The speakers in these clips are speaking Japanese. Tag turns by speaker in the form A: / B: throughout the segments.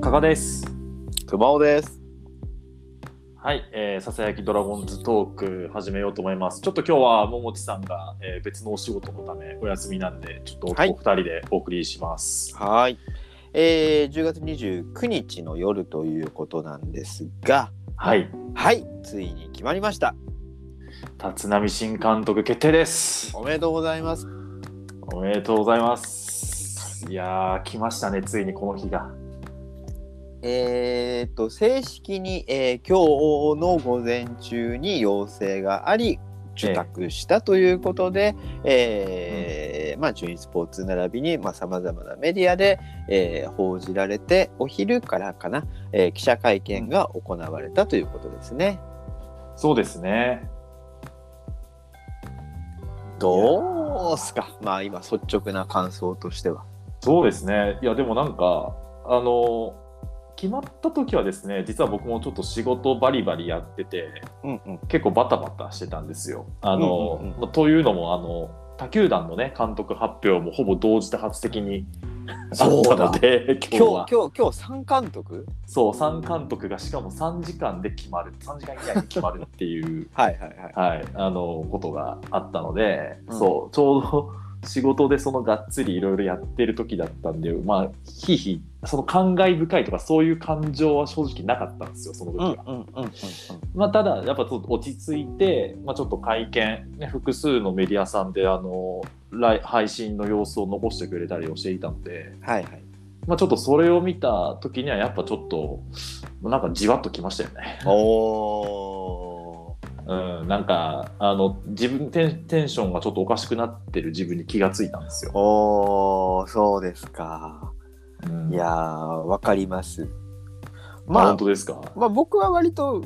A: 賀です。
B: 熊尾です。
A: はい、えー、ささやきドラゴンズトーク始めようと思います。ちょっと今日は桃地さんが、えー別のお仕事のためお休みなんで、ちょっとお,、
B: はい
A: 二人でお送りします。
B: はい。えー、10月29日の夜ということなんですが、
A: はい、
B: はい、ついに決まりました。
A: 立浪新監督決定です。
B: おめでとうございます。
A: おめでとうございます。いやー、来ましたね、ついにこの日が。
B: えー、と正式に、えー今日の午前中に要請があり受託したということで、えーまあ、順位スポーツ並びにさまざ、まなメディアで、えー報じられてお昼からかな、えー記者会見が行われたということですね。
A: そうですね。
B: どうすかまあ今率直な感想としては。
A: そうですね。いや、でもなんか、あの、決まった時はですね、実は僕もちょっと仕事バリバリやってて、
B: うんうん
A: 結構バタバタしてたんですよ。あの
B: うんうんうん
A: まあというのもあの他球団のね監督発表もほぼ同時多発的にあ
B: そ
A: っ
B: う
A: た
B: だ
A: ので今日
B: 今
A: は
B: 日今日今日三監督
A: そう3監督がしかも3時間で決まる3時間以内に決まるって いう、
B: はいはいはい。
A: はい、あのことがあったので、
B: うん
A: そうちょうど仕事でそのがっつりいろいろやってる時だったんでまあひいひいその感慨深いとかそういう感情は正直なかったんですよその時
B: うん
A: は。
B: うんうんうんうん。
A: まあ、ただ、やっぱちょっと落ち着いて、まあ、ちょっと会見、ね、複数のメディアさんであのライ配信の様子を残してくれたりをしていたので、
B: はいはい。
A: まあ、ちょっとそれを見た時には、やっぱちょっと、なんかじわっときましたよね。
B: お
A: うん、なんかあの自分テン、テンションがちょっとおかしくなってる自分に気がついたんですよ。
B: おーそうですか。
A: うん、
B: いやーわかります。
A: まあ、
B: ま
A: 本当ですか。
B: あ、まあ、僕は割と、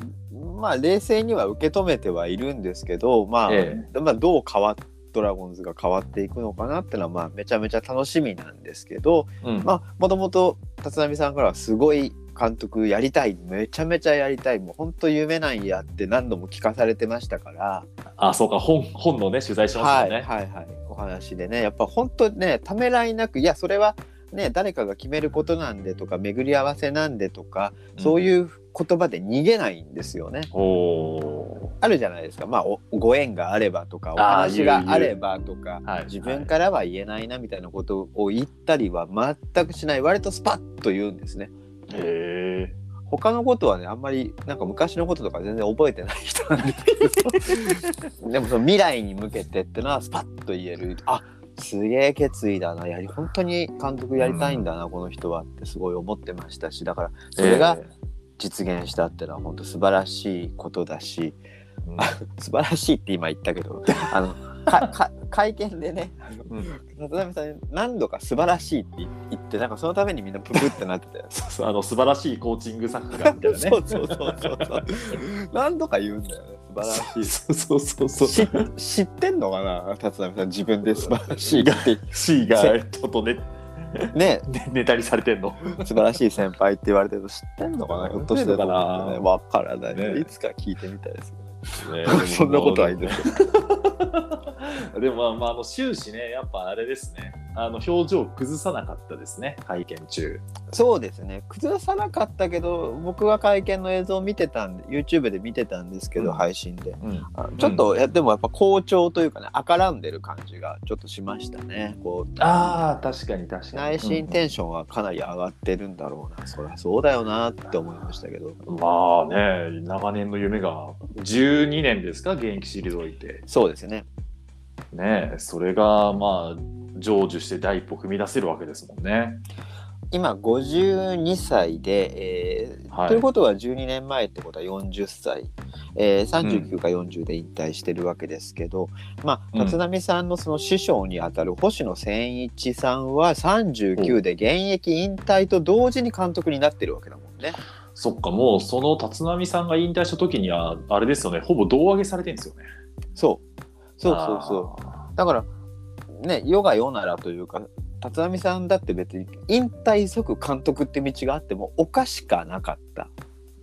B: まあ、冷静には受け止めてはいるんですけど、まあ
A: え
B: まあ、どう変わっドラゴンズが変わっていくのかなってのは、まあ、めちゃめちゃ楽しみなんですけど、
A: うん
B: まあ、もともと立浪さんからはすごい監督やりたいめちゃめちゃやりたいもう本当夢なんやって何度も聞かされてましたから、
A: あ、そうか、本本のね、取材しました
B: は
A: よ
B: い
A: ね。
B: はいはいお話でねやっぱ本当ねためらいなくいやそれはね誰かが決めることなんでとか巡り合わせなんでとかそう
A: うん。
B: いう言葉で逃げないんですよね。
A: お
B: あるじゃないですか、まあ、おご縁があればとかお
A: あー
B: 話
A: 言
B: が
A: う言う
B: あればとか
A: ーはい、
B: 自分からは言えないなみたいなことを言ったりは全くしない割とスパッと言うんですね。
A: ら。へえ。
B: 他のことはねあんまりなんか昔のこととか全然覚えてない人なんですけ どでもその未来に向けてってのはスパッと言えるあすげえ決意だなやり本当に監督やりたいんだな、この人はってすごい思ってましたしだからそれが実現したってのは本当素晴らしいことだし
A: うん
B: 素晴らしいって今言ったけどあのかか会見でねあの渡辺さん何度か素晴らしいって言ってなんかそのためにみんなプクってなってたよ
A: そうそうあの素晴らしいコーチング作家みたいなね。
B: そうそうそうそうそう。何度か言うんだよね。素晴らしい。
A: そうそうそうそう。
B: し知ってんのかな、立浪さん、自分で素晴らしいって。
A: C がちょっとね
B: ね、
A: ねネタにされてんの。
B: 素晴らしい先輩って言われてるの知ってんのかな、ひょっとして
A: 知ってんのかな
B: ねわからない、
A: ね
B: いつか聞いてみたいですよね。そんなことはいいんですけど。
A: でもまあまああの終始ねやっぱあれですね。あの表情を崩さなかったですね会見中。
B: そうですね。崩さなかったけど、僕は会見の映像を見てたんで、YouTube で見てたんですけど、
A: うん
B: 配信で。
A: うん。
B: あちょっと、いやでもやっぱ好調というかね、あからんでる感じがちょっとしましたね。こう
A: ああ確かに確かに。
B: 内心テンションはかなり上がってるんだろうな、そりゃそうだよなって思いましたけど
A: うんまあね長年の夢が12年ですか現役退いて
B: そうですね
A: ねそれがまあ成就して第一歩踏み出せるわけですもんね。
B: 今52歳で、えー
A: はい
B: ということは12年前ってことは40歳、えー39か40で引退してるわけですけど、まあ
A: うん
B: 立浪さんのその師匠にあたる星野千一さんは39で現役引退と同時に監督になってるわけだもんね。
A: そっか、もうその立浪さんが引退した時には、あれですよね、ほぼ胴上げされてるんですよね。
B: そうそうそうそうだからね世が世ならというか立浪さんだって別に引退即監督って道があってもおかしかなかった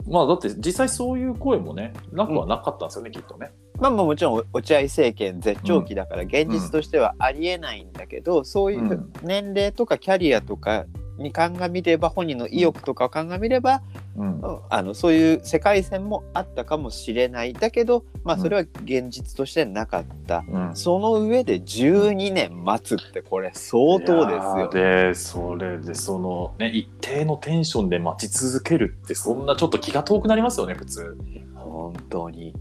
A: う。まあ、だって実際そういう声もね、なくはなかったんですよね、きっとね。
B: まあまあもちろん落合政権絶頂期だから現実としてはありえないんだけど、そういう年齢とかキャリアとかに鑑みれば本人の意欲とかを鑑みれば、
A: うん
B: あのそういう世界線もあったかもしれないだけど、まあ、それは現実としてなかった、
A: うん
B: その上で12年待つってこれ相当です
A: い
B: よ
A: やーでそれでそのね一定のテンションで待ち続けるってそんなちょっと気が遠くなりますよね普通。
B: 本当にい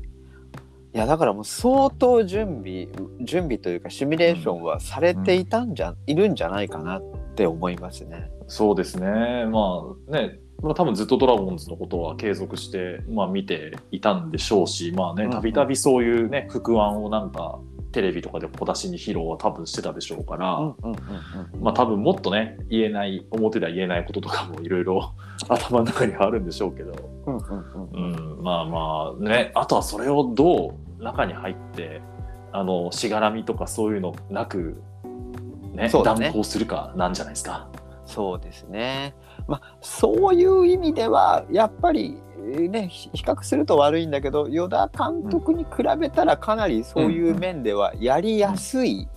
B: やだからもう相当準備準備というかシミュレーションはされていたんじゃ、いるんじゃないかなって思いますね。
A: そうですね。まあね。まあ、多分ずっとドラゴンズのことは継続して、まあ、見ていたんでしょうしまあ
B: う
A: ね
B: んうん
A: たびたびそういうね副案をなんかテレビとかで小出しに披露は多分してたでしょうから、
B: うんうん
A: まあ多分もっとね言えない表では言えないこととかもいろいろ 頭の中にはあるんでしょうけど、
B: うんうん
A: う
B: うんうん
A: ん、まあまあねあとはそれをどう中に入ってあのしがらみとかそういうのなく、ね
B: そうだね
A: 断行するかなんじゃないですか。
B: そうですね。まあそういう意味ではやっぱりえーねひ比較すると悪いんだけど与田監督に比べたらかなりそういう面ではやりやすい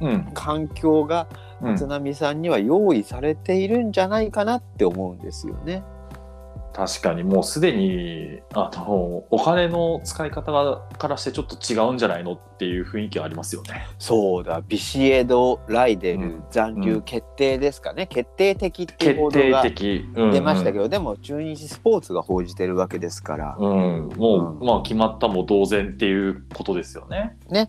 A: うん
B: 環境が
A: うん
B: 津波さんには用意されているんじゃないかなって思うんですよね。
A: 確かにもうすでにあのお金の使い方がからしてちょっと違うんじゃないのっていう雰囲気はありますよね。
B: そうだビシエド・ライデル、
A: うん
B: 残留決定ですかね、決定的っていう
A: 決
B: 報道
A: 定
B: が
A: 的、うんうん
B: 出ましたけど、でも中日スポーツが報じてるわけですから、
A: うん、もう、
B: う
A: まあ決まったも同然っていうことですよね。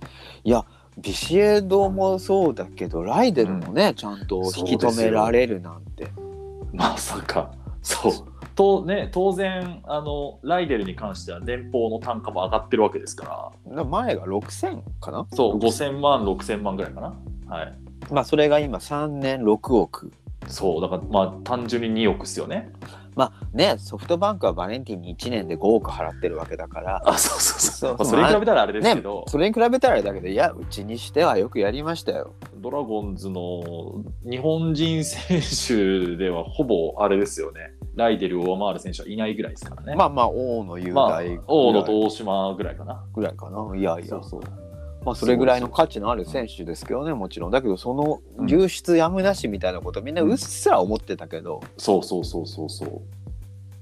B: ビシエドもそうだけどライデルもね、ちゃんと引き止められるなんて
A: まさか。そう。とね、当然あのライデルに関しては年俸の単価も上がってるわけですから
B: な前が6000かな
A: そう5000万6000万ぐらいかなはい
B: まあそれが今3年6億
A: そうだからまあ単純に2億っすよね
B: まあねソフトバンクはバレンティンに1年で5億払ってるわけだから
A: あそうそうそう
B: そ
A: ま
B: う
A: あそれに比べたらあれですけ
B: ね
A: ど、
B: それに比べたらあれだけどいやうちにしてはよくやりましたよ。
A: ドラゴンズの日本人選手ではほぼあれですよねライデルを上回る選手はいないぐらいですからね
B: まあまあ大野雄
A: まあ
B: 大ぐらい
A: 大野と大島ぐらいかな
B: ぐらいかな。いやいや。
A: そう
B: まあそれぐらいの価値のある選手ですけどねもちろんだけどその
A: うん
B: 流出やむなしみたいなことみんなうっすら思ってたけど、
A: そうそうそうそうそう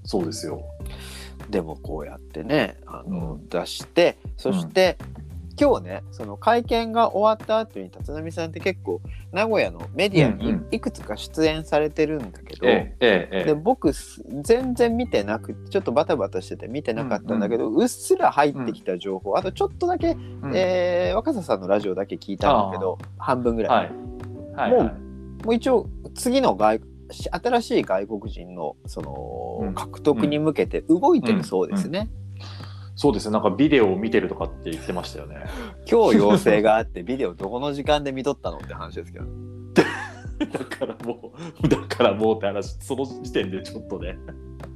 A: そうですよ
B: でもこうやってねあの、
A: うん
B: 出してそして、今日ねその会見が終わった後に立浪さんって結構名古屋のメディア
A: うんう
B: に
A: ん
B: いくつか出演されてるんだけど。
A: ええええ
B: で僕す全然見てなくてちょっとバタバタしてて見てなかったんだけど、うっすら入ってきた情報、あとちょっとだけ、
A: うん
B: えー若狭さんのラジオだけ聞いたんだけど半分ぐらい、
A: はいはいはい
B: もう一応次の外し新しい外国人のその、
A: うん
B: 獲得に向けて動いてるそうですね、
A: そうですねなんかビデオを見てるとかって言ってましたよね
B: 今日要請があってビデオどこの時間で見とったのって話 ですけど
A: だからもうだからもうって話その時点でちょっとね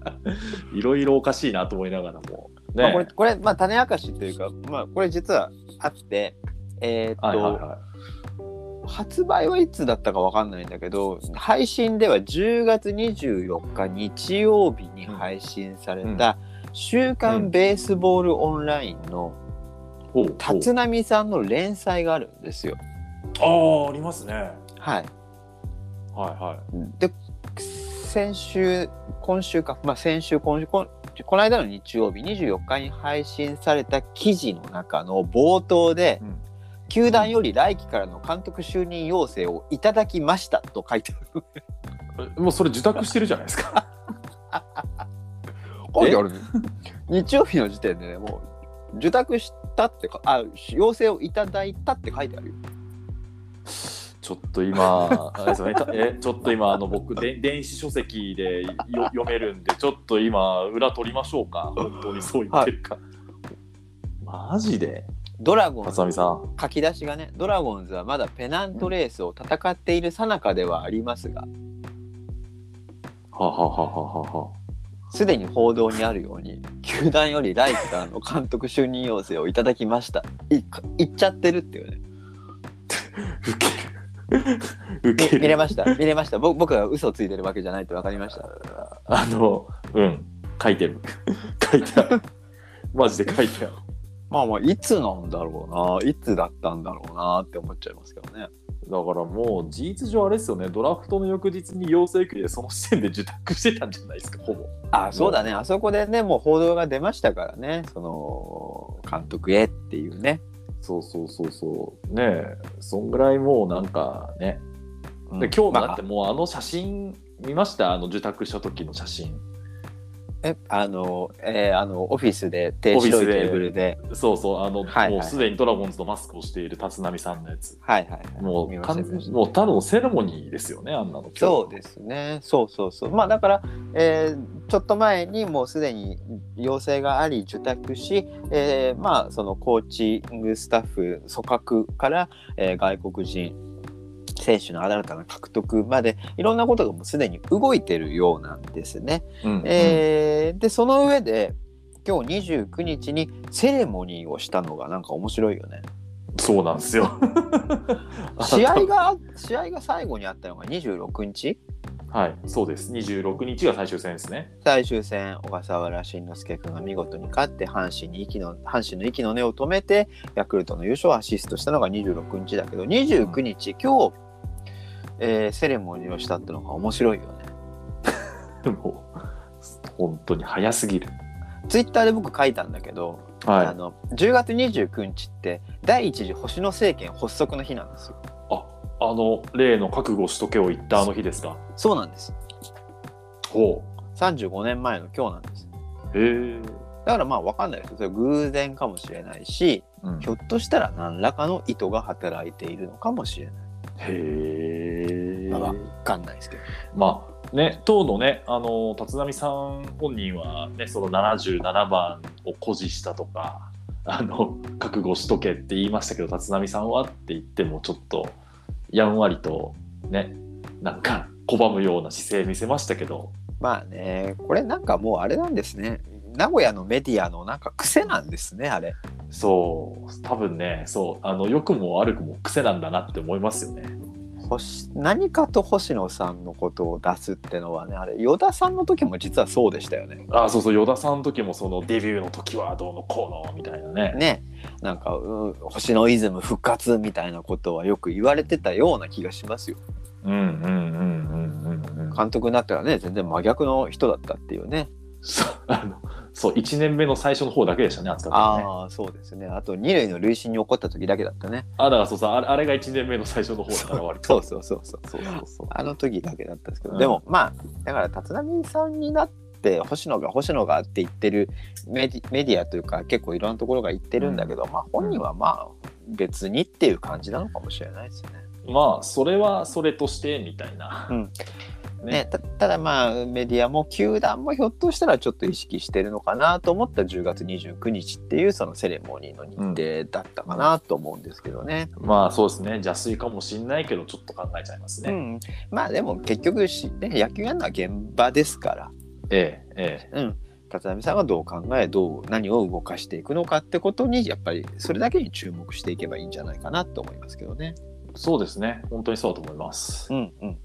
A: いろいろおかしいなと思いながらもね、
B: まあ、これこれ、まあ、種明かしというか、まあ、これ実はあってえーっと、
A: はいはいは
B: 発売はいつだったかわかんないんだけど配信では10月24日日曜日に配信された「週刊ベースボールオンライン」の
A: いほうほう
B: 立浪さんの連載があるんですよ。
A: ああありますねはい
B: はい、
A: は
B: で先週今週か、まあ、先週今週こんこの間の日曜日24日に配信された記事の中の冒頭で、
A: うん
B: 球団より来季からの監督就任要請をいただきましたと書いてある。
A: いもうそれ受託してるじゃないですか
B: 書いてあるね日曜日の時点でねもう受託したってかあ要請をいただいたって書いてあるよ。
A: ちょっと今あれですよねたえちょっと今あの僕で電子書籍でよ読めるんでちょっと今裏取りましょうか本当にそう言ってるか、マジで
B: ドラゴンズ
A: 辰巳さん
B: 書き出しがね「ドラゴンズはまだペナントレースを戦っている最中ではありますが」
A: はあはあはあはあはあ
B: すでに報道にあるように球団よりライターの監督就任要請をいただきましたい言っちゃってるっていうね
A: ウケる。ウ
B: み
A: ケる。
B: 見れました見れましたぼ僕が嘘をついてるわけじゃないって分かりました
A: あの、うん、書いてる。 書いてある。マジで書いてある。
B: まあまあいつなんだろうないつだったんだろうなって思っちゃいますけど
A: だ
B: ね
A: からもう事実上あれですよねドラフトの翌日に陽性区でその時点で受託してたんじゃないですかほぼ
B: あそうだねあそこでねもう報道が出ましたからねその監督へっていうね。
A: そうそうそうそうねえそんぐらいもうなんかね、で今日もだって
B: ま
A: もうあの写真見ましたあの受託した時の写真
B: あ、えあの,、えーあのオフィスで低
A: オフィ
B: 白
A: ス
B: い
A: で
B: テーブルで
A: そうそうあの、
B: はいはい
A: もうすでにドラゴンズのマスクをしている立浪さんのやつ
B: はいはい、はい、
A: も
B: 見
A: う
B: ました
A: 完
B: 見ました
A: もうただのセレモニーですよねあんなの
B: そうですねそうそうそうまあだから、えーちょっと前にもうすでに要請があり受託し、えーまあそのコーチングスタッフ組閣から、えー外国人選手の新たな獲得までいろんなことがもうすでに動いてるようなんですね。
A: 今日、うん
B: えーでその上で今日29日にセレモニーをしたのがなんか面白いよね。
A: うんそうなんですよ
B: 試 合が試合が最後にあったのが26日
A: はいそうです26日が最終戦ですね
B: 最終戦小笠原慎之介君が見事に勝って阪神に息の阪神の息の根を止めてヤクルトの優勝をアシストしたのが26日だけど29日今日、えーセレモニーをしたってのが面白いよね。
A: もう本当に早すぎる
B: ツイッターで僕書いたんだけど、
A: はい
B: あの10月29日って第一次星野政権発足の日なんですよ。
A: あの例の覚悟しとけを言ったあの日ですか
B: そうなんです。
A: ほ
B: 35年前の今日なんです。
A: うへえ、
B: だからまあわかんないですよ。それ偶然かもしれないし、
A: うん
B: ひょっとしたら何らかの意図が働いているのかもしれない。
A: へえ
B: まあわかんないですけど。
A: まあね当のねあの立浪さん本人はねその77番を誇示したとか あの覚悟しとけって言いましたけど立浪さんはって言ってもちょっとやんわりとねなんか拒むような姿勢見せましたけど
B: まあね、これなんかもうあれなんですね。名古屋のメディアのなんか癖なんですね、あれ。
A: そう多分ねそうあの良くも悪くも癖なんだなって思いますよね。
B: 星何かと星野さんのことを出すってのはね、あれ、与田さんの時も実はそうでしたよね。
A: あそうそう与田さんの時もそのデビューの時はどうのこうのみたいなね
B: ね、なんか、うん、星野イズム復活みたいなことはよく言われてたような気がしますよ。
A: うんうんうんうんうんうん
B: 監督になったらね、全然真逆の人だったっていうね。
A: そうあのそう1年目の最初の方だけでしたね扱ったのね
B: ああ、そうですね。あと、二塁の塁審に起こった時だけだったね。
A: あだからそうさあれあれが1年目の最初の方だから割
B: そう
A: と
B: そうそうそう。
A: そうそうそう
B: あの時だけだったんですけど、
A: うん
B: でもまあだから立浪さんになって星野が星野がって言ってるメディメディアというか結構いろんなところが言ってるんだけど、まあ本人はまあ別にっていう感じなのかもしれないですよね。
A: まあそれはそれとしてみたいな、
B: うん
A: ね
B: ね、たただまあメディアも球団もひょっとしたらちょっと意識してるのかなと思った10月29日っていうそのセレモニーの日程だったかなと思うんですけどね。
A: まあそうですね邪推かもしんないけどちょっと考えちゃいます
B: う
A: ね、
B: ん、まあでも結局し、ね、野球やるのは現場ですから。
A: ええええ
B: うん、立浪さんがどう考えどう何を動かしていくのかってことにやっぱりそれだけに注目していけばいいんじゃないかなと思いますけどね。
A: そうですね本当にそうだと思います、
B: うんうんうん、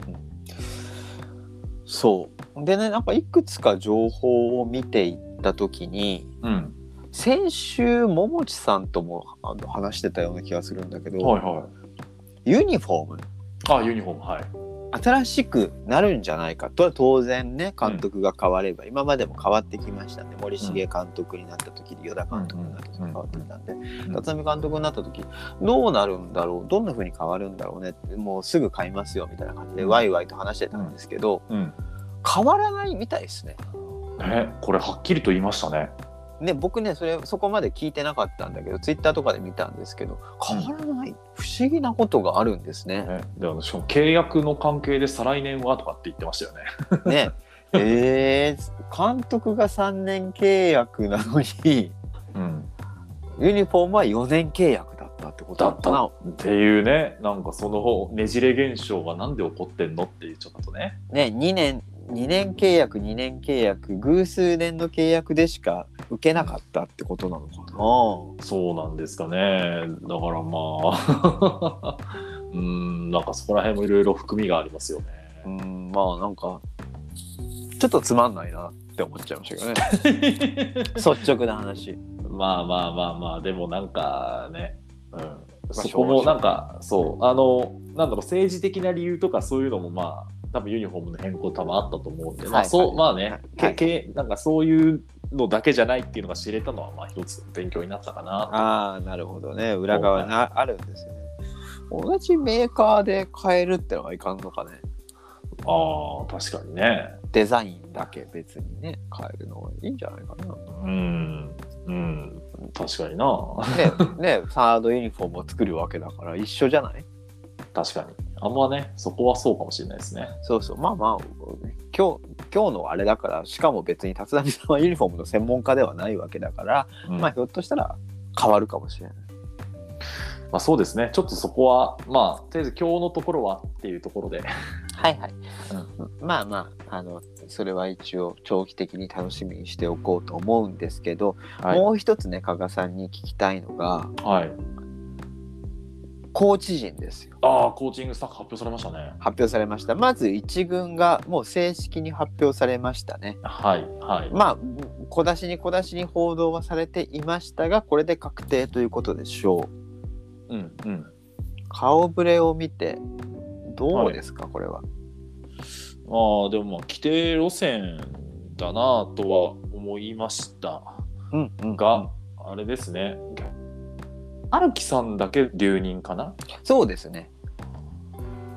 B: そうでねなんかいくつか情報を見ていった時に
A: うん
B: 先週桃地さんともあの話してたような気がするんだけど、
A: はいは
B: ユニフォーム
A: いあユニフォームはい
B: 新しくなるんじゃないかとは当然ね監督が変われば、今までも変わってきましたんで森重監督になった時で与田監督になった時に変わってきたんで
A: ん
B: 辰巳監督になった時どうなるんだろうどんな風に変わるんだろうねってもうすぐ買いますよみたいな感じで
A: うん
B: ワイワイと話してたんですけど、
A: うん
B: 変わらないみたいですね。
A: ねこれはっきりと言いましたね
B: ね僕ねそれそこまで聞いてなかったんだけどツイッターとかで見たんですけど変わらない不思議なことがあるんですね。
A: ねであのしかも契約の関係で再来年はとかって言ってましたよね。
B: ねえー、監督が3年契約なのに
A: うん、
B: ユニフォームは4年契約だったってこと
A: だ
B: だっ
A: ったた
B: な
A: っ。ていうねなんかそのねじれ現象がなんで起こってんのっていうちょっとね
B: ね2年2年契約2年契約偶数年の契約でしか受けなかったってことなのか
A: そうなんですかねだからまあ うんなんかそこら辺もいろいろ含みがありますよね。
B: なうんまあなんかちょっとつまんないなって思っちゃいましたけどね 率直な話
A: まあまあまあまあでもなんかね、うん、そこもなんかそうあのなんだろう政治的な理由とかそういうのもまあ多分ユニフォームの変更多分あったと思うんで、ま
B: は
A: あ
B: い
A: そうまあ
B: は
A: ね
B: い、
A: けけなんかそういうのだけじゃないっていうのが知れたのはまあ一つ勉強になったかな
B: ああなるほどね裏側なあるんですよね同じメーカーで変えるってのはいかんのかね
A: あー確かにね
B: デザインだけ別にね変えるのはいいんじゃないか な
A: うんうん確かにな
B: ねねサードユニフォームを作るわけだから一緒じゃない
A: 確かにあんまねそこはそうかもしれないですね
B: そうそうまあまあ今日今日のあれだからしかも別に立浪さんはユニフォームの専門家ではないわけだから、
A: うん
B: まあひょっとしたら変わるかもしれない
A: まあそうですね、ちょっとそこは、まあ、とりあえず今日のところはっていうところで、
B: はいはい、まあまああのそれは一応長期的に楽しみにしておこうと思うんですけど、
A: はい、
B: もう一つね加賀さんに聞きたいのが
A: はい、
B: コーチ陣ですよ
A: ああ、コーチングスタッフ発表されましたね。
B: 発表されましたまず1軍がもう正式に発表されましたね
A: はい、はい、
B: まあ小出しに小出しに報道はされていましたがこれで確定ということでしょう
A: うん、うん。
B: 顔ぶれを見てどうですか、これは
A: ああ、でも、まあ、規定路線だなとは思いました
B: うんうん
A: が、あれですね、荒木さんだけ留任かな、
B: そうですね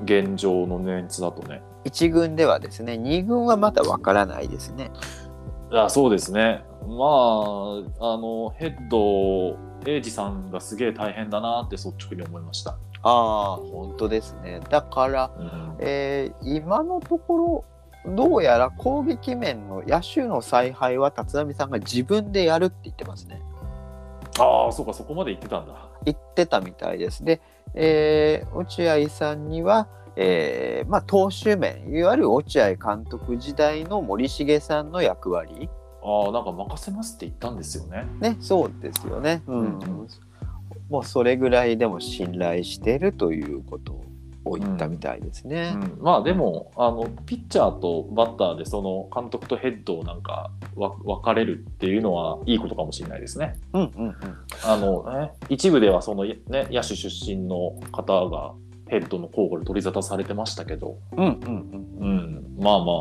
A: 現状の年ツだとね。
B: 1軍ではですね2軍はまだわからないですね
A: あそうですね、まあ、あの、ヘッド、英二さんがすげえ大変だなって率直に思いました。
B: ああ本当ですねだから、
A: うん
B: えー今のところどうやら攻撃面の野手の采配は立浪さんが自分でやるって言ってますね
A: ああ、そうか、そこまで言ってたんだ。
B: 言ってたみたいですで、えー落合さんには、えーまあ、投手面いわゆる落合監督時代の森重さんの役割
A: ああ、なんか任せますって言ったんですよね。
B: ねそうですよね、うん
A: うん
B: もうそれぐらいでも信頼してるということを言ったみたいですね。
A: うん、まあでもあのピッチャーとバッターでその監督とヘッドをなんかわ分かれるっていうのはいいことかもしれないですね。
B: うんうんうん
A: あのね一部ではその、ね、野手出身の方がヘッドの候補で取り沙汰されてましたけど、
B: うんうんうん
A: うん、まあまあ。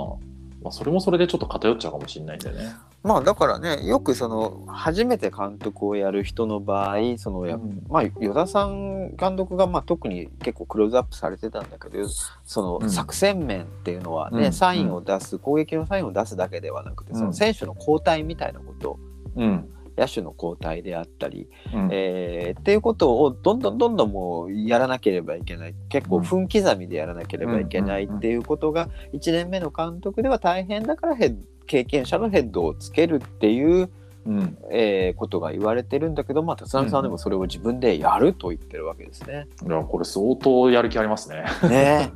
A: まあ、それもそれでちょっと偏っちゃうかもしれないんでね。
B: まあだからねよくその初めて監督をやる人の場合そのやっまあ、与田さん監督がまあ特に結構クローズアップされてたんだけどそ
A: うん
B: の作戦面っていうのはね、
A: うん
B: サインを出す攻撃のサインを出すだけではなくて、
A: うん
B: その選手の交代みたいなこと
A: うん、
B: 野手の交代であったり、
A: うん
B: えーっていうことをどんどんどんどんもうやらなければいけない結構
A: うん
B: 分刻みでやらなければいけないっていうことが1年目の監督では大変だからヘッ経験者のヘッドをつけるっていう
A: うん、
B: えーことが言われてるんだけど、まあ、立浪さんはでもそれを自分でやると言ってるわけですね。
A: いやこれ相当やる気ありますね。
B: ね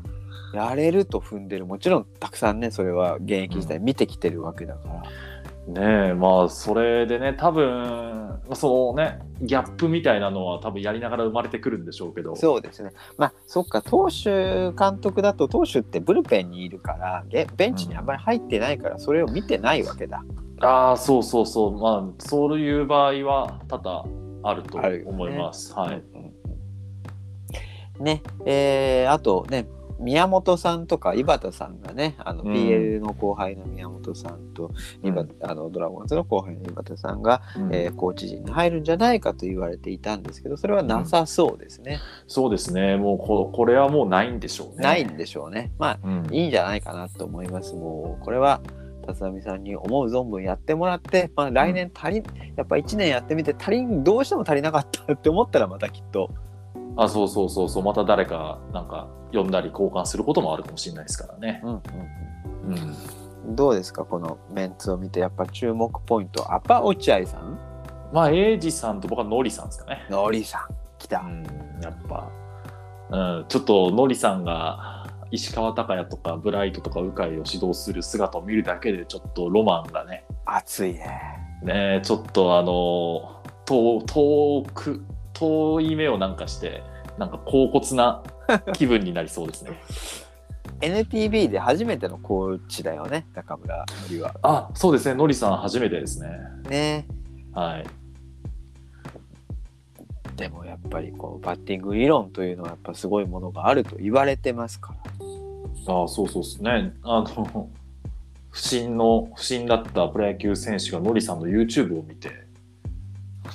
B: えやれると踏んでるもちろんたくさんねそれは現役時代見てきてるわけだから、
A: ねえまあそれでね多分まあそのねギャップみたいなのは多分やりながら生まれてくるんでしょうけど
B: そうですねまあそっか投手監督だと投手ってブルペンにいるからげベンチにあんまり入ってないからそれを見てないわけだ、
A: ああそうそうそうまあそういう場合は多々あると思います、はい
B: うんねえーあとね宮本さんとか井端さんがねあの
A: うん
B: PL の後輩の宮本さんと、井端あのドラゴンズの後輩の井端さんが、
A: うん
B: えーコーチ陣に入るんじゃないかと言われていたんですけどそれはなさそうですね、
A: そうですねもうここれはもうないんでしょうね
B: ない、んでしょうねまあ
A: うん
B: いいんじゃないかなと思いますもうこれは立浪さんに思う存分やってもらって、まあ、来年足りんやっぱ1年やってみて足りんどうしても足りなかったって思ったらまたきっと
A: あそうそうそうそうまた誰かなんか呼んだり交換することもあるかもしれないですからね、
B: うん
A: うん、
B: どうですかこのメンツを見てやっぱ注目ポイントやっぱ落合さん
A: まあ英二さんと僕はノリさんですかね
B: ノリさん来た、
A: うん、やっぱ、うん、ちょっとノリさんが石川昂弥とかブライトとか鵜飼を指導する姿を見るだけでちょっとロマンがね
B: 熱いね
A: ねえちょっとあの遠遠く遠い目をなんかしてなんか高骨な気分になりそう ですね。
B: NPB で初めてのコーチだよね中村ノリは
A: あそうですねノリさん初めてですね。
B: ね
A: はい
B: でもやっぱりこうバッティング理論というのはやっぱすごいものがあると言われてますから
A: ああそうそうですねあの不審の不審だったプロ野球選手がノリさんの YouTube を見て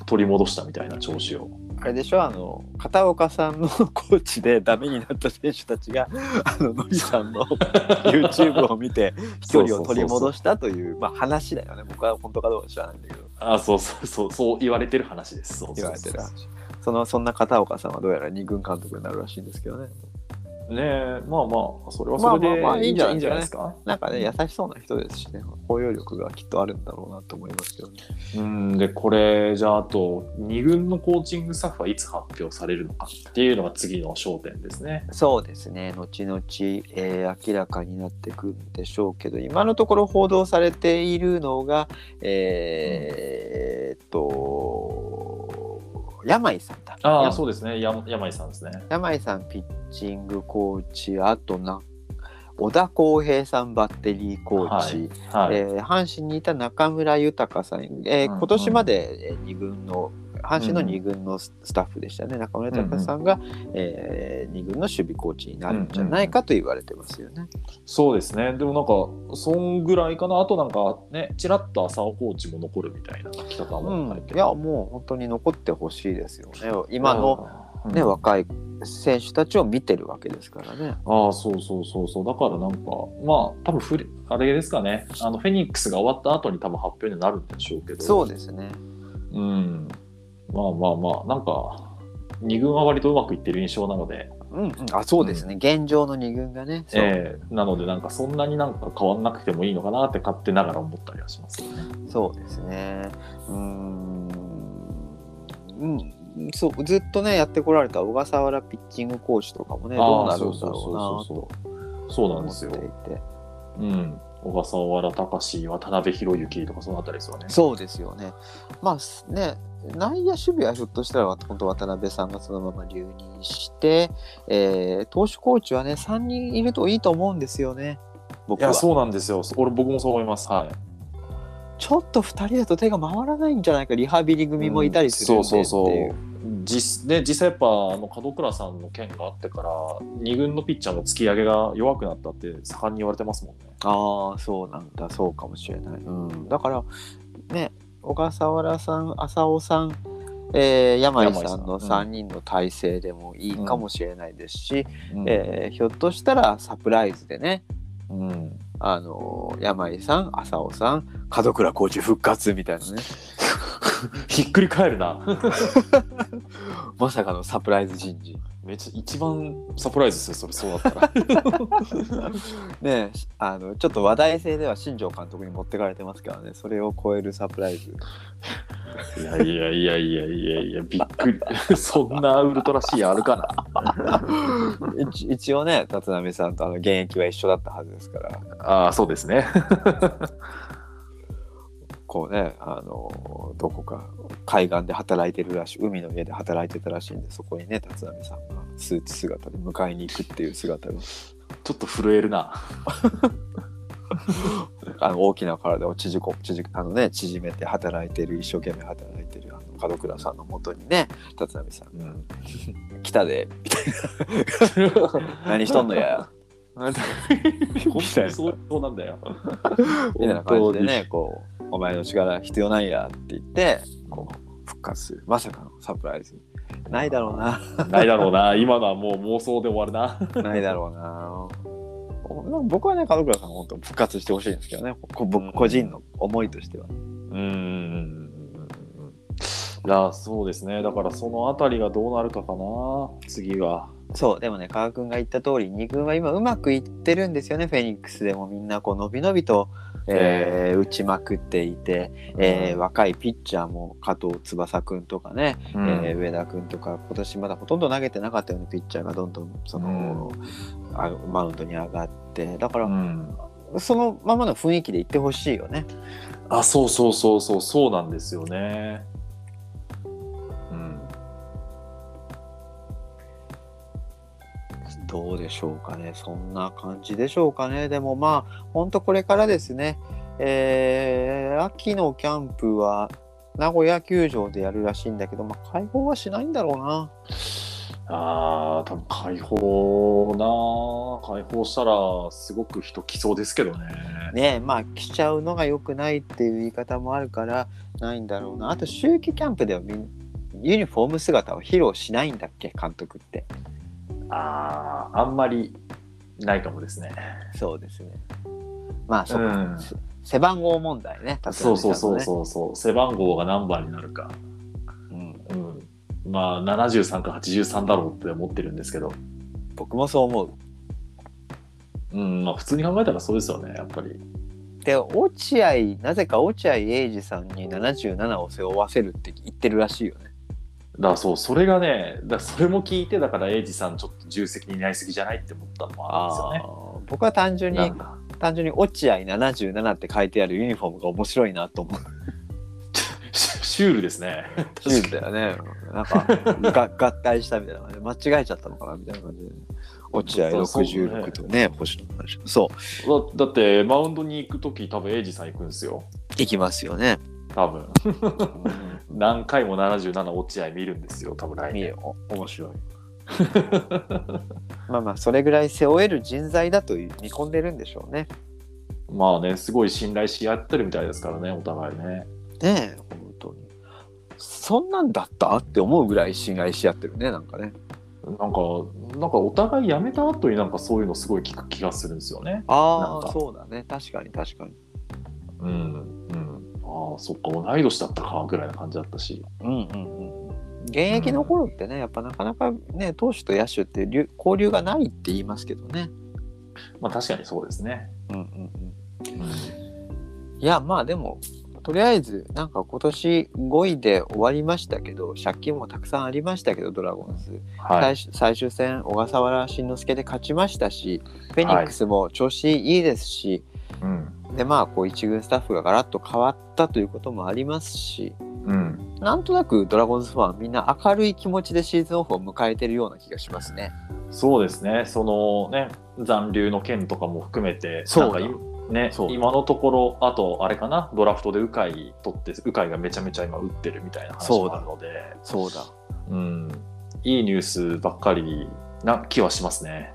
A: 取り戻したみたいな調子を
B: あれでしょあの片岡さんのコーチでダメになった選手たちが あののりさ んの YouTube を見て飛距離を取り戻したというまあ話だよね僕は本当かどうか知らないんだけど
A: ああそうそうそうそう言われてる話ですそうそう
B: 言われ
A: そ
B: て
A: う
B: る話そのそんな片岡さんはどうやら二軍監督になるらしいんですけどね
A: ねえまあまあそれはそれで
B: まあまあまあいいんじゃない
A: か、
B: なんかね優しそうな人ですしね包容力がきっとあるんだろうなと思いますけどね
A: うんでこれじゃああと2軍のコーチングスタッフはいつ発表されるのかっていうのが次の焦点ですね。
B: そうですね後々、えー明らかになってくるんでしょうけど今のところ報道されているのがえーえーっと山井さんだ
A: ああ
B: や
A: そうですねや山井さんですね。
B: 山井さんピッチングコーチあとな小田浩平さんバッテリーコーチ、
A: はい、
B: えー阪神にいた中村豊さん、えー
A: うんうん
B: 今年までえー二軍の阪神の2軍のススタッフでしたね、中村豊さんが、え2軍の守備コーチになるんじゃないかと言われてますよね。
A: そうですねでもなんかそんぐらいかなあとなんかねちらっと浅尾コーチも残るみたいな北川
B: うん
A: も入って
B: いやもう本当に残ってほしいですよね今の、
A: うん
B: ね、
A: うん
B: 若い選手たちを見てるわけですからね。
A: ああそうそうそうそうだからなんかまあ多分フレあれですかねあのフェニックスが終わった後に多分発表になるんでしょうけど
B: そうですね
A: うん、まあまあまあ、なんか、2軍は割とうまくいってる印象なので、
B: うんうん、あそうですね、現状の2軍がね、そう
A: ええなので、なんかそんなになんか変わんなくてもいいのかなって勝手ながら思ったりはしますよね。
B: そうですね。うーん。うん。そうずっとねやってこられた小笠原ピッチングコーチとかもねどうなるんだろうなと
A: うそうなん
B: 思
A: で
B: っ
A: す
B: てい
A: よ。
B: て
A: うん。小笠原隆、渡辺裕之とかそのあたりですよね。
B: そうですよねまあすね内野守備はひょっとしたら本当渡辺さんがそのまま留任して、えー投手コーチはね3人いるといいと思うんですよね
A: い
B: 僕は
A: や、
B: ちょ
A: そうなんですよ。俺、僕もそう思います。はい。
B: っと2人だと手が回らないんじゃないかリハビリ組もいたりする
A: う
B: んで
A: んそうそう
B: ってい
A: そう実,、ね、実際やっぱあの門倉さんの件があってから2軍のピッチャーの突き上げが弱くなったって盛んに言われてますもんね。
B: ああそうなんだそうかもしれない、うん、だからね小笠原さん浅尾さん、えー山井さん
A: 山
B: の
A: 井さん
B: 3人の体制でもいいかもしれないですし、
A: うん
B: えーひょっとしたらサプライズでね
A: うん、
B: あのー山井さん浅尾さん門倉コーチ復活みたいなね
A: ひっくり返るな
B: まさかのサプライズ人事
A: めっちゃ一番サプライズですよそれそうだったら
B: ねえあのちょっと話題性では新庄監督に持ってかれてますからねそれを超えるサプライズ
A: いやいやいやいやいやいやびっくり そんなウルトラシーンあるかな
B: 一一応ね立浪さんとあの現役は一緒だったはずですから
A: ああそうですね
B: こうねあのどこか海岸で働いてるらしい海の家で働いてたらしいんでそこにね立浪さんがスーツ姿で迎えに行くっていう姿が
A: ちょっと震える な
B: あの大きな体を縮こ縮あの、ね、縮めて働いてる一生懸命働いてるあの門倉さんのもとにね立浪さん
A: うん
B: 「来たで」みたいな「何しとんのや」み
A: 本当にそうそうなんだ よ
B: たいな感じでねこう「お前の力必要ないや」って言ってこう復活するまさかのサプライズないだろうな。
A: 本当にないだろうな今のはもう妄想で終わるな
B: ないだろうな。僕はね、門倉さん、本当復活してほしいんですけどね、こ
A: うん
B: 僕個人の思いとしては。
A: うーん。だそうですね。だからそのあたりがどうなるかかな。次は。
B: そう、でもね、川君が言った通り、2軍は今、うまくいってるんですよね、フェニックスでもみんな、こう、伸び伸びと、えー打ちまくっていて、えー若いピッチャーも加藤翼君とかね、
A: うん
B: えー上田君とか、今年まだほとんど投げてなかったようなピッチャーが、どんどんその、あマウンドに上がって、だか
A: う
B: ら、
A: ん
B: そのままの雰囲気でいってほしいよね。
A: あ、そうそうそうそう、そうなんですよね。うん。
B: どうでしょうかね、そんな感じでしょうかね、でもまあ、本当これからですね、えー秋のキャンプは名古屋球場でやるらしいんだけど、まあ、開放はしないんだろうな。
A: ああ、多分解放なー、解放したらすごく人来そうですけどね。
B: ねえまあ来ちゃうのが良くないっていう言い方もあるからないんだろうなあと秋季キャンプではみんユニフォーム姿を披露しないんだっけ監督って
A: ああ、あんまりないかもですね。
B: そうですねまあそううか、
A: ん
B: せ背番号問題ね
A: そうそうそう
B: う、
A: そうそう、背番号が何番になるか。
B: うん、
A: うん。まあ、73か83だろうって思ってるんですけど。
B: 僕もそう思う
A: うん、まあ普通に考えたらそうですよね、やっぱり。
B: で落合なぜか落合英二さんに77を背負わせるって言ってるらしいよね
A: だからそう、それがね、だからそれも聞いて、だから、エイジさん、ちょっと重責になりすぎじゃないって思ったのもあるんで
B: ー僕は単純
A: すよね。な
B: に
A: んか、
B: 単純に落合77って書いてあるユニフォームが面白いなと思う
A: シュシュールですね。
B: シューズだよね。なんかが合体したみたいな感じで間違えちゃったのかなみたいな感じで。落合
A: そうそうね
B: 66とね、星野の話。そう、
A: だだって、マウンドに行くとき、多分エイジさん行くんですよ。
B: いきますよね。
A: 多分。何回も77落合見るんですよ、多分来
B: 見
A: 年。
B: よ、面白い。 まあまあ、それぐらい背負える人材だと見込んでるんでしょうね。
A: まあね、すごい信頼し合ってるみたいですからね、お互いね。
B: ねえ、本当に。そんなんだったって思うぐらい信頼し合ってるね、なんかね。
A: なんか、なんかお互い辞めた後になんかそういうのすごい聞く気がするんですよね。
B: あ
A: なん
B: あ、
A: か
B: そうだね。確かに確かに。
A: うん。うん。ああ、そっか、同い年だったか、ぐらいな感じだったし。
B: うんうんうん。現役の頃ってね、やっぱなかなかね、投手と野手って流交流がないって言いますけどね。
A: まあ確かにそうですね。
B: うんうんうん、いやまあでもとりあえずなんか今年5位で終わりましたけど借金もたくさんありましたけどドラゴンズ、
A: はい。
B: 最終最終戦小笠原慎之介で勝ちましたしフェニックスも調子いいですし、
A: うん。
B: でまあこう一軍スタッフがガラッと変わったということもありますし
A: うん。
B: なんとなくドラゴンズファンみんな明るい気持ちでシーズンオフを迎えてるような気がしますね。
A: そうですね。そのね、残留の件とかも含めて、
B: そうだ
A: なんかいね
B: そう、だ
A: 今のところ、あと、あれかな、ドラフトで鵜飼取って、鵜飼がめちゃめちゃ今打ってるみたいな話もあるので、
B: そうだ
A: うん。いいニュースばっかりな気はしますね。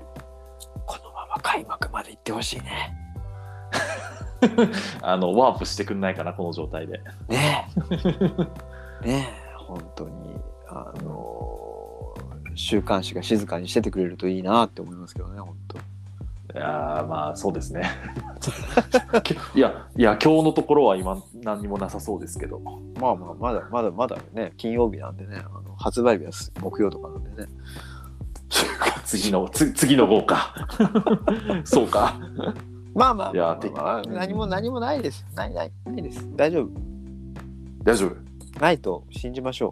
B: このまま開幕まで行ってほしいね。
A: あの、ワープしてくんないかな、この状態で。
B: ねえねえ本当にあのー週刊誌が静かにしててくれるといいなって思いますけどね本当
A: いやーまあそうです ね。いや、いや、今日のところは今、何にもなさそうですけど、
B: まあまあまだまだまだね金曜日なんでねあの発売日はす木曜とかなんでね
A: 次の、つ次の号 か。そうか。
B: まあまあ
A: いや
B: まあまあまあ
A: て
B: 何も何もないですないないないです大丈夫
A: 大丈夫。
B: ないと信じましょ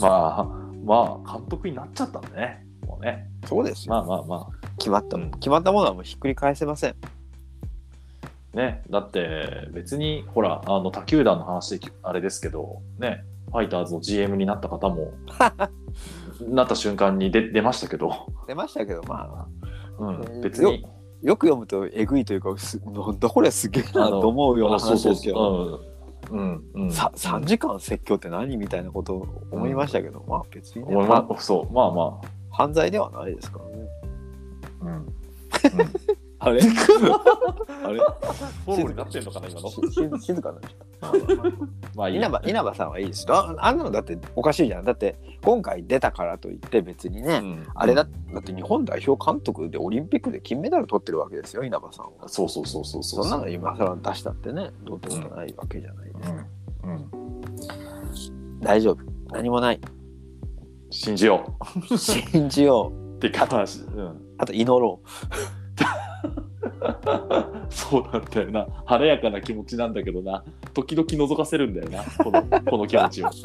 A: まあ、まあ、監督になっちゃったんでね。もうね。
B: うそうですよ、
A: まあまあま
B: 決まった、
A: うん
B: 決まったものはもうひっくり返せません
A: あ。ね。だって、別に、ほら、あの、他球団の話で、あれですけど、ね。ファイターズの GM になった方 も、なった瞬間に出出ましたけど、
B: 出ましたけどまあ
A: うん、別に。
B: よく読むとえぐいというかすなんだこれすげえなと思うような話ですけど
A: うん。うんうん、
B: さ3時間説教って何みたいなことを思いましたけど、まあ別に、ね
A: 思い
B: ま
A: まそうまあまあ、
B: あ犯罪ではないですからね。
A: うん、
B: あ れあれ
A: フォームになってんのかな今の
B: しし静かになっ ちゃっ
A: まあ
B: た
A: いい
B: 稲葉稲葉さんはいいですよああんなのだっておかしいじゃんだって今回出たからといって別にね、
A: うん
B: あれだだって日本代表監督でオリンピックで金メダル取ってるわけですよ稲葉さんは
A: そうそうそうそうそ。
B: そうんなの今更出したってねどうってことないわけじゃないですか、
A: うん、うん、
B: 大丈夫何も ない
A: 信じよ
B: 信じよう
A: うって方だし、うん、
B: あと祈ろう
A: そうなんだよな晴れやかな気持ちなんだけどな時々覗かせるんだよなこの この気持ちを
B: ち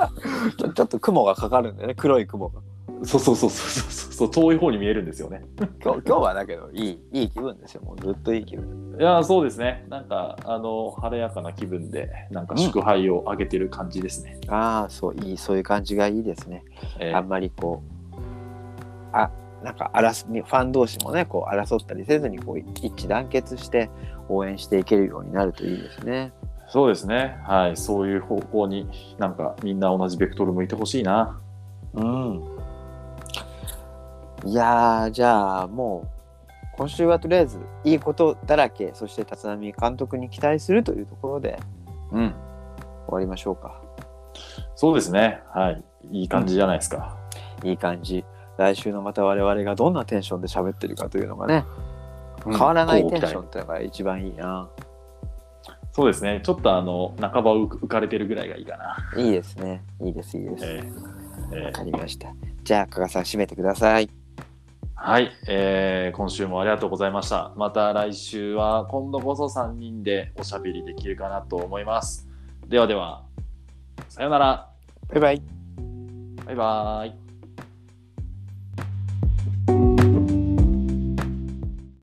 B: ょちょっと雲がかかるんだよね黒い雲が
A: そうそうそうそうそうそう遠い方に見えるんですよね
B: 今日今日はだけどいいいい気分ですよもうずっといい気分
A: いやーそうですねなんかあの晴れやかな気分でなんか祝杯を上げてる感じですね、
B: ああそういいそういう感じがいいですね
A: えー
B: あんまりこうあなんか争ファン同士もねこう争ったりせずにこう一致団結して応援していけるようになるといいですね
A: そうですね。はい。そういう方向に、なんかみんな同じベクトル向いてほしいな。
B: うん。いやー、じゃあもう、今週はとりあえず、いいことだらけ、そして立浪監督に期待するというところで
A: うん。
B: 終わりましょうか。
A: そうですね。はい。いい感じじゃないですか。
B: いい感じ。来週のまた我々がどんなテンションで喋ってるかというのがね、
A: うん
B: 変わらないテンシ
A: こ
B: ョ
A: う
B: ンっていうのが一番いいな。
A: そうですね。ちょっとあの、半ば浮かれてるぐらいがいいかな。
B: いいですね。いいです、いいです。
A: えーえー
B: わかりました。じゃあ、加賀さん、締めてください。
A: はい、えー今週もありがとうございました。また来週は今度こそ3人でおしゃべりできるかなと思います。ではでは、さようなら。
B: バイバイ。
A: バイバーイ。